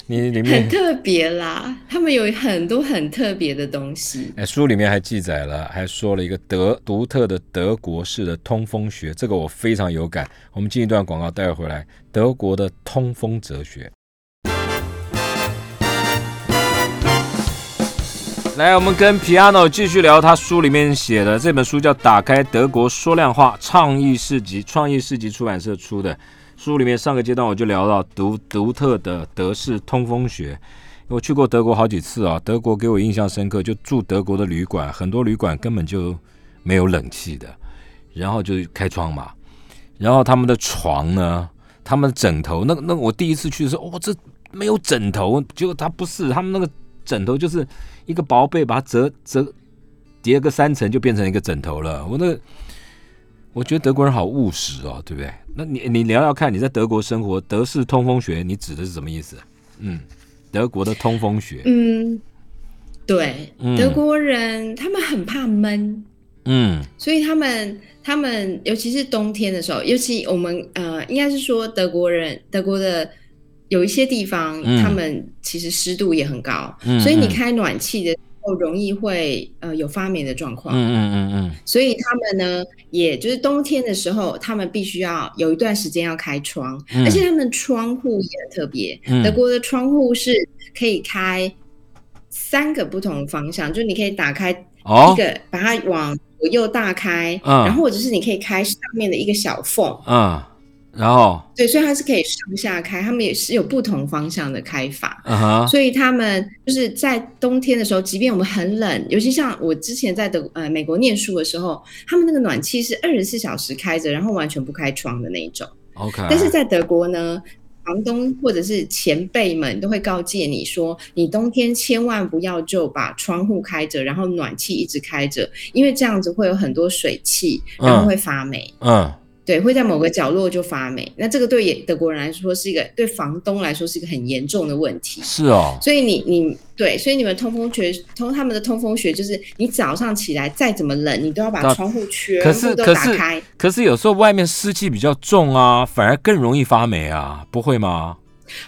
你里面 很特别啦，他们有很多很特别的东西。哎，书里面还记载了，还说了一个德独特的德国式的通风学，这个我非常有感。我们进一段广告，待会儿回来。德国的通风哲学。来，我们跟 Piano 继续聊他书里面写的这本书，叫《打开德国说亮话：倡议市集》，创意市集出版社出的。书里面上个阶段我就聊到独独特的德式通风学，我去过德国好几次啊，德国给我印象深刻，就住德国的旅馆，很多旅馆根本就没有冷气的，然后就开窗嘛，然后他们的床呢，他们的枕头，那那我第一次去的时候，哦，这没有枕头，结果他不是，他们那个枕头就是一个薄被，把它折折叠个三层就变成一个枕头了，我那个。我觉得德国人好务实哦，对不对？那你你聊聊看，你在德国生活，德式通风学，你指的是什么意思？嗯，德国的通风学。嗯，对，嗯德国人他们很怕闷，嗯所以他们他们尤其是冬天的时候，尤其我们呃，应该是说德国人德国的。有一些地方，嗯他们其实湿度也很高，嗯所以你嗯开暖气的时候容易会呃有发霉的状况。嗯嗯所以他们呢，也就是冬天的时候，他们必须要有一段时间要开窗，嗯而且他们的窗户也很特别。嗯德国的窗户是可以开三个不同方向，就是你可以打开一哦，个，把它往左右大开，嗯然后或者是你可以开上面的一个小缝。嗯，然后，对，所以它是可以上下开，他们也是有不同方向的开法。嗯哼，所以他们就是在冬天的时候，即便我们很冷，尤其像我之前在德呃美国念书的时候，他们那个暖气是二十四小时开着，然后完全不开窗的那一种。 OK，但是在德国呢，房东或者是前辈们都会告诫你说，你冬天千万不要就把窗户开着，然后暖气一直开着，因为这样子会有很多水汽，嗯然后会发霉。嗯对，会在某个角落就发霉，那这个对也德国人来说是一个，对房东来说是一个很严重的问题。是哦，所以你你对，所以你们通风学通他们的通风学就是，你早上起来再怎么冷，你都要到把窗户全可是部都可打是开。可是有时候外面湿气比较重啊，反而更容易发霉啊，不会吗？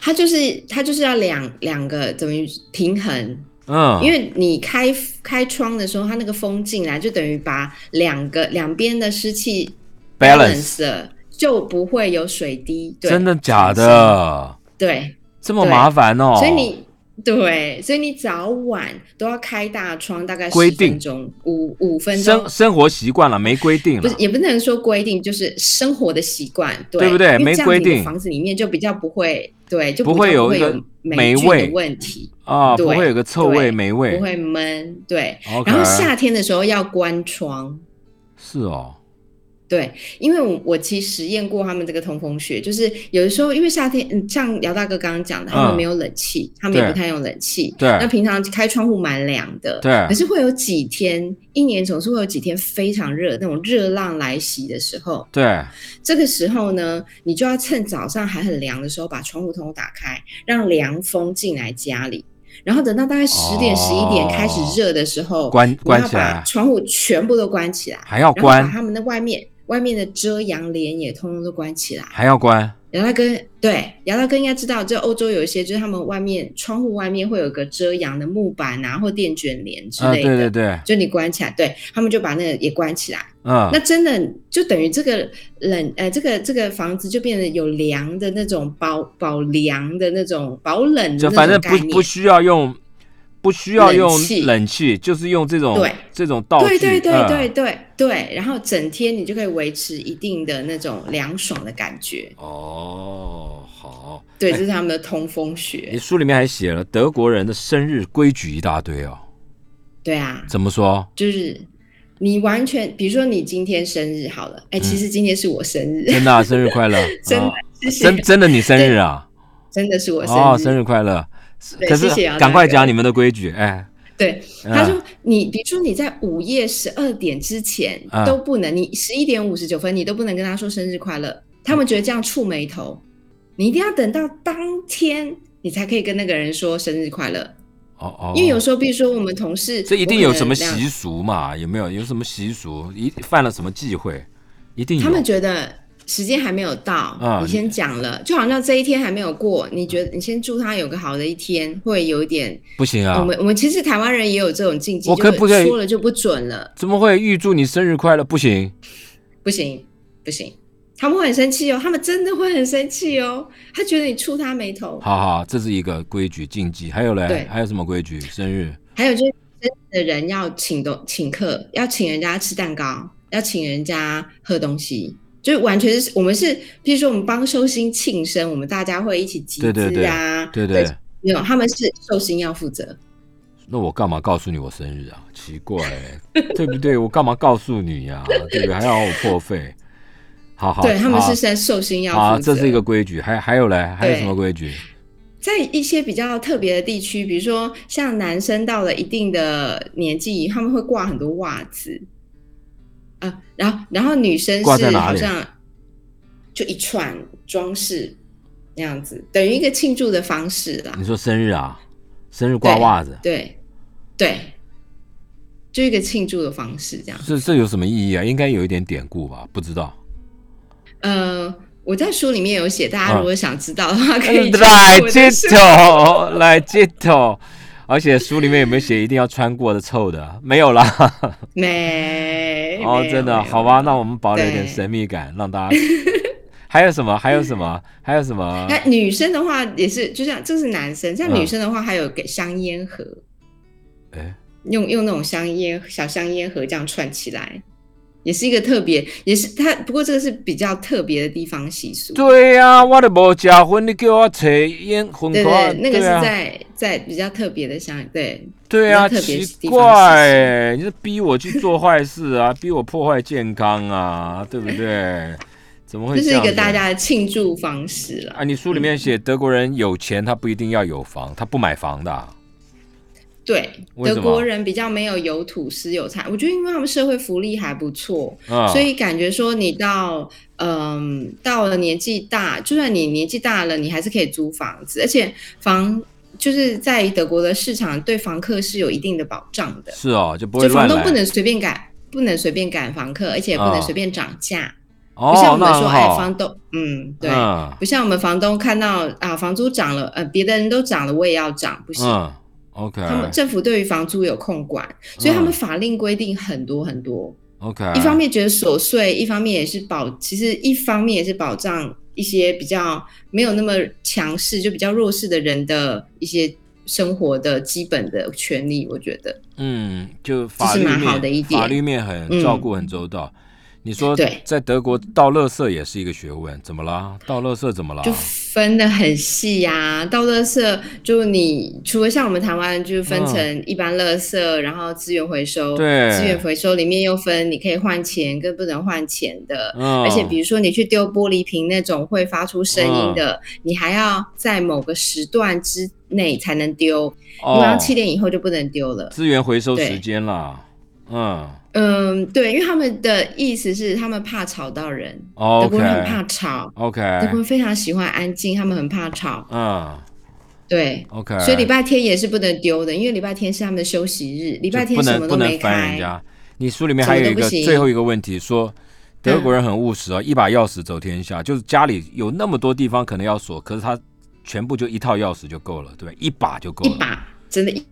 它就是它就是要两两个等于平衡，嗯，因为你开开窗的时候，它那个风进来就等于把两个两边的湿气 balance balance 了，就不会有水滴。对真的假？产生的对，这么对麻烦哦？所以你对，所以你早晚都要开大窗，大概规十定分钟，五五分钟生生活习惯了，没规定不了是，，也不能说规定，就是生活的习惯，对对不对因为没这样规你的定房子里面就比较不会，对，就不比会较有不一会个有霉菌霉味的问题，啊，不对会有个臭对味、霉味不，会闷。对 OK 然后夏天的时候要关窗。是哦，对，因为我我其实实验过他们这个通风穴，就是有的时候因为夏天，嗯，像姚大哥刚刚讲的，他嗯们没有冷气，他们也对不太用冷气。对那平常开窗户蛮凉的。对可是会有几天，一年总是会有几天非常热，那种热浪来袭的时候，对，这个时候呢，你就要趁早上还很凉的时候，把窗户通通打开，让凉风进来家里。然后等到大概十点、十一点开始热的时候，哦关你关要起来把窗户全部都关起来，还要然后把关，他们的外面外面的遮阳帘也通通都关起来。还要关，姚大哥，对，姚大哥应该知道，这欧洲有一些就是他们外面窗户外面会有个遮阳的木板啊，或电卷帘之啊，类对的，对对，就你关起来，对他们就把那个也关起来。嗯那，真的就等于这个冷呃，这个这个房子就变得有凉的那种保保凉的那种保冷的就那反种正概不念。不需要用，不需要用冷气冷气，就是用这种对这种道具，对对对嗯对对、对，然后整天你就可以维持一定的那种凉爽的感觉。哦，好，对，这是他们的通风你学。哎书里面还写了德国人的生日规矩一大堆哦，对啊，怎么说？就是你完全，比如说你今天生日好了，嗯哎，其实今天是我生 日，真的啊、生日快乐， 真的啊谢谢真真的你生日啊？真的是我生日。哦，生日快乐！对可谢谢是姚赶大快哥讲你们的规矩，哎，对，嗯他说你，比如说你在午夜十二点之前嗯都不能，你十一点五十九分你都不能跟他说生日快乐，他们觉得这样触眉头，你一定要等到当天你才可以跟那个人说生日快乐，哦哦，因为有时候，比如说我们同事，这一定我可有能什么两习俗嘛？有没有有什么习俗？一犯了什么忌讳？一定有。他们觉得时间还没有到，啊你先讲了，就好像这一天还没有过，你觉得你先祝他有个好的一天，会有一点。不行啊我，们我们其实台湾人也有这种禁忌，我可就是不可以说了就不准了？怎么会预祝你生日快乐？不行，不行不行，他们会很生气哦，他们真的会很生气哦，他觉得你触他眉头。好好，这是一个规矩禁忌。还有嘞对，还有什么规矩？生日还有就是生日的人要请东请客，要请人家吃蛋糕，要请人家喝东西。就是完全是我们是，譬如说我们帮寿星庆生，我们大家会一起集资对啊，对对对，没有，他们是寿星要负责。那我干嘛告诉你我生日啊？奇怪、 对不对？我干嘛告诉你呀、对不对？还要我破费？好好，对，他们好是在寿星要好，负责。这是一个规矩。还还有嘞，还有什么规矩？在一些比较特别的地区，比如说像男生到了一定的年纪，他们会挂很多袜子，啊，然后然后女生挂在是哪好里像就一串装饰那样子，等于一个庆祝的方式啦你。说生日啊？生日挂袜子，对对，就一个庆祝的方式这样。这这有什么意义啊？应该有一点典故吧？不知道。呃，我在书里面有写，大家啊嗯如果想知道的话，可以去哎来看我接的书。头，来接头。而且书里面有没有写一定要穿过的臭的？没有啦。没哦，哎没有真的，没有好吧，那我们保留一点对神秘感，让大家。 还有什么？还有什么？还有什么？那女生的话也是，就像这是男生，像嗯女生的话还有给香烟盒，哎，用用那种香烟小香烟盒这样串起来，也是一个特别，也是它不过这个是比较特别的地方习俗。对呀、我都无结婚，你给我扯烟魂对瓜，对，那个是啊，在在比较特别的香，对对啊，比较特别的奇地方怪、是欸，你是逼我去做坏事啊， 逼我破坏健康啊，对不 对？怎么会这这是一样个子大家的庆祝方式啦。啊？你书里面写德国人有钱，他不一定要有房，他不买房的啊、对，为什德么国人比较没有有土私有财，我觉得因为他们社会福利还不错，嗯，所以感觉说你到嗯到了年纪大，就算你年纪大了，你还是可以租房子，而且房就是在德国的市场对房客是有一定的保障的，是哦，就不会就乱房来。东不能随便改，不能随便改房客，而且也不啊能随便涨价，不哦像我，那们很说哎好。房东嗯对。嗯不像我们房东看到啊，房租涨了，呃，别的人都涨了，我也要涨，不行。嗯，OK，他们政府对于房租有控管，所以他嗯们法令规定很多很多。 OK，一方面觉得琐碎，一方面也是保，其实一方面也是保障一些比较没有那么强势，就比较弱势的人的一些生活的基本的权利。我觉得嗯，就法这律是蛮面好的一点法律面很嗯照顾很周到。你说对在德国倒垃圾也是一个学问，怎么啦？倒垃圾怎么啦？就分得很细呀、到垃圾就你除了像我们台湾就是分成一般垃圾，然后资源回收，嗯对资源回收里面又分你可以换钱跟不能换钱的。嗯而且，比如说你去丢玻璃瓶那种会发出声音的，嗯你还要在某个时段之内才能丢，你晚哦上，七点以后就不能丢了。资源回收对时间啦，嗯嗯，对，因为他们的意思是他们怕吵到人，德，OK 国人很怕吵，哦 OK，德国人非常喜欢安静，他们很怕吵，嗯对。 OK，所以礼拜天也是不能丢的，因为礼拜天是他们的休息日，礼就拜天不什么能都不没能烦开人。家。你书里面还有一什么都个不行嗯最后一个问题，说德国人很务实啊，一把钥匙走天下，就是家里有那么多地方可能要锁，可是他全部就一套钥匙就够了，对吧？一把就够一了，把真的，一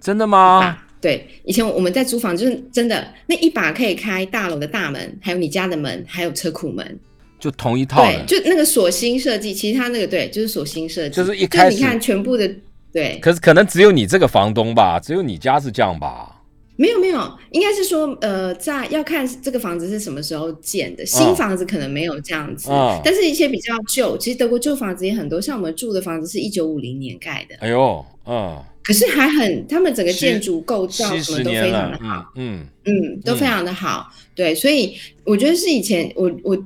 真的把、吗？对。以前我们在租房，就是真的那一把可以开大楼的大门，还有你家的门，还有车库门。就同一套对的，，就那个锁芯设计，其实它那个对，就是锁芯设计，就是一开始你看全部的对，可是可能只有你这个房东吧，只有你家是这样吧？没有没有，应该是说，呃，在要看这个房子是什么时候建的，哦新房子可能没有这样子，嗯但是一些比较旧，其实德国旧房子也很多，像我们住的房子是一九五零年盖的，哎呦，嗯，可是还很，他们整个建筑构造七什么十都年非常了的，好，嗯嗯，都非常的好，对，所以我觉得是以前我我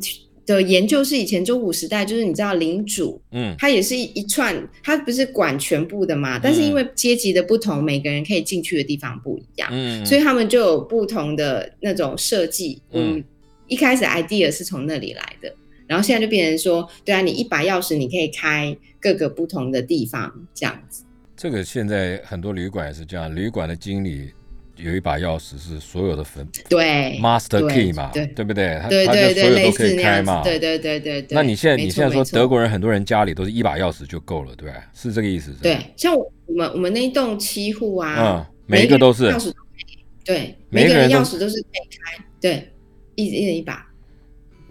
的研究是以前中古时代，就是你知道领主，嗯它也是一一串，它不是管全部的嘛，但嗯是因为阶级的不同，每个人可以进去的地方不一样，嗯嗯，所以他们就有不同的那种设计。嗯嗯，一开始 idea 是从那里来的，然后现在就变成说，对啊，你一把钥匙你可以开各个不同的地方，这样子。这个现在很多旅馆也是这样，旅馆的经理有一把钥匙是所有的分对， master 对 key 嘛，对对不对？他对他就对所对，有类都可似以那开样子嘛。。对对对对对。那你现在没你错现在说没错德国人很多人家里都是一把钥匙就够了，对不对？是这个意思？是吧，对，像我们我们那一栋七户啊嗯，，每一个都是钥匙都可以对，每一每个个人人都钥匙都是可以开，对，一一人一把。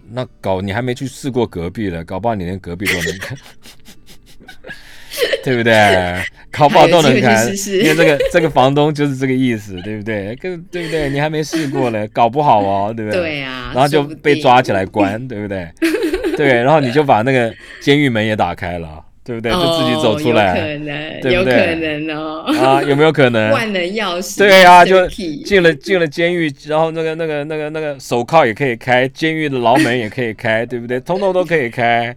那搞你还没去试过隔壁了，搞不好你连隔壁都能 看，对不哎对？搞不好都能还看，有机会去试试因为这个这个房东就是这个意思，对不对？跟对不对？你还没试过 嘞，搞不好哦，对不对？对啊，然后就说不被定抓起来关，对不对？对，然后你就把那个监狱门也打开了，对不对？就自己走出哦、有来可能，对不有对可能哦，啊？有没有可能？万能钥匙，对啊，这个就屁进了进了监狱，然后那个那个那个那个手铐也可以开，监狱的牢门也可以开， 对不对？通通都可以 开，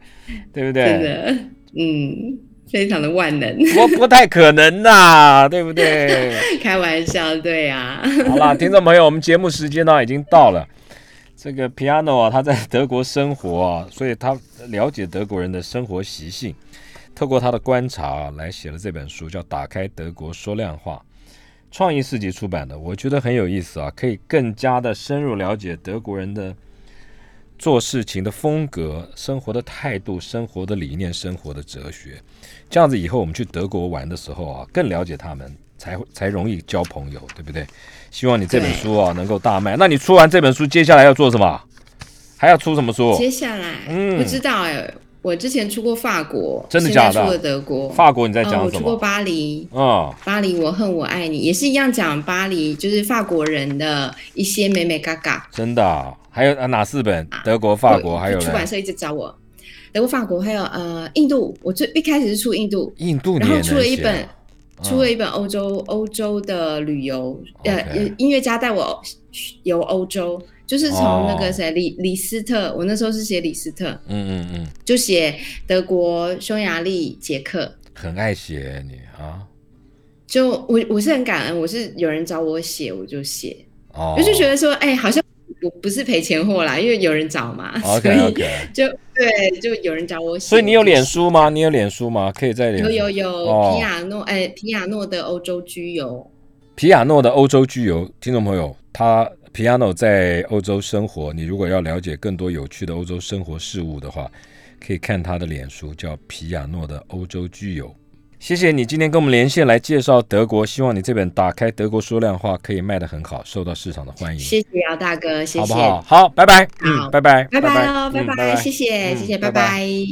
对不真对？的，嗯，非常的万能， 不不太可能呐、对不对？开玩笑，对啊，好啦，听众朋友，我们节目时间呢已经到了。这个 Piano 啊，他在德国生活啊，所以他了解德国人的生活习性，透过他的观察啊，来写了这本书，叫《打开德国说亮话》，创意市集出版的，我觉得很有意思啊，可以更加的深入了解德国人的做事情的风格、生活的态度、生活的理念、生活的哲学。这样子以后我们去德国玩的时候啊，更了解他们，才会才容易交朋友，对不对？希望你这本书啊能够大卖。那你出完这本书，接下来要做什么？还要出什么书？接下来、哦嗯不知道哎、我之前出过法国，真的现在假的出了德国，法国你在嗯，讲我什出过么？巴黎。嗯巴黎，我恨我爱你，也是一样讲巴黎，就是法国人的一些美美嘎嘎。真的啊、还有啊哪四本？德国、法国，还有出版呢？社一直找我，德国、法国，还有呃印度。我最一开始是出印度，印度你然也能后出了一写本啊，出了一本欧洲欧洲的旅游，呃 OK，音乐家带我游欧洲，就是从那哦个谁李李斯特，我那时候是写李斯特，嗯嗯嗯，就写德国、匈牙利、捷克。很爱写你啊。就我我是很感恩，我是有人找我写我就写，哦，我就觉得说，哎、好像我不是赔钱货啦，因为有人找嘛，所哦 OK 以 OK。就对，就有人找我写，所以你有我就脸书吗？你有脸书吗？可以在脸有书有有，哦皮亚诺，哎，皮亚诺的欧洲居游，皮亚诺的欧洲居游，听众朋友，他皮亚诺在欧洲生活，你如果要了解更多有趣的欧洲生活事物的话，可以看他的脸书，叫皮亚诺的欧洲居游。谢谢你今天跟我们连线来介绍德国，希望你这本《打开德国说亮话》可以卖得很好，受到市场的欢迎，谢谢姚大哥，谢谢，好不好？好，拜拜，嗯，好拜拜，拜拜喽，拜嗯拜，谢谢，嗯谢谢，拜拜拜拜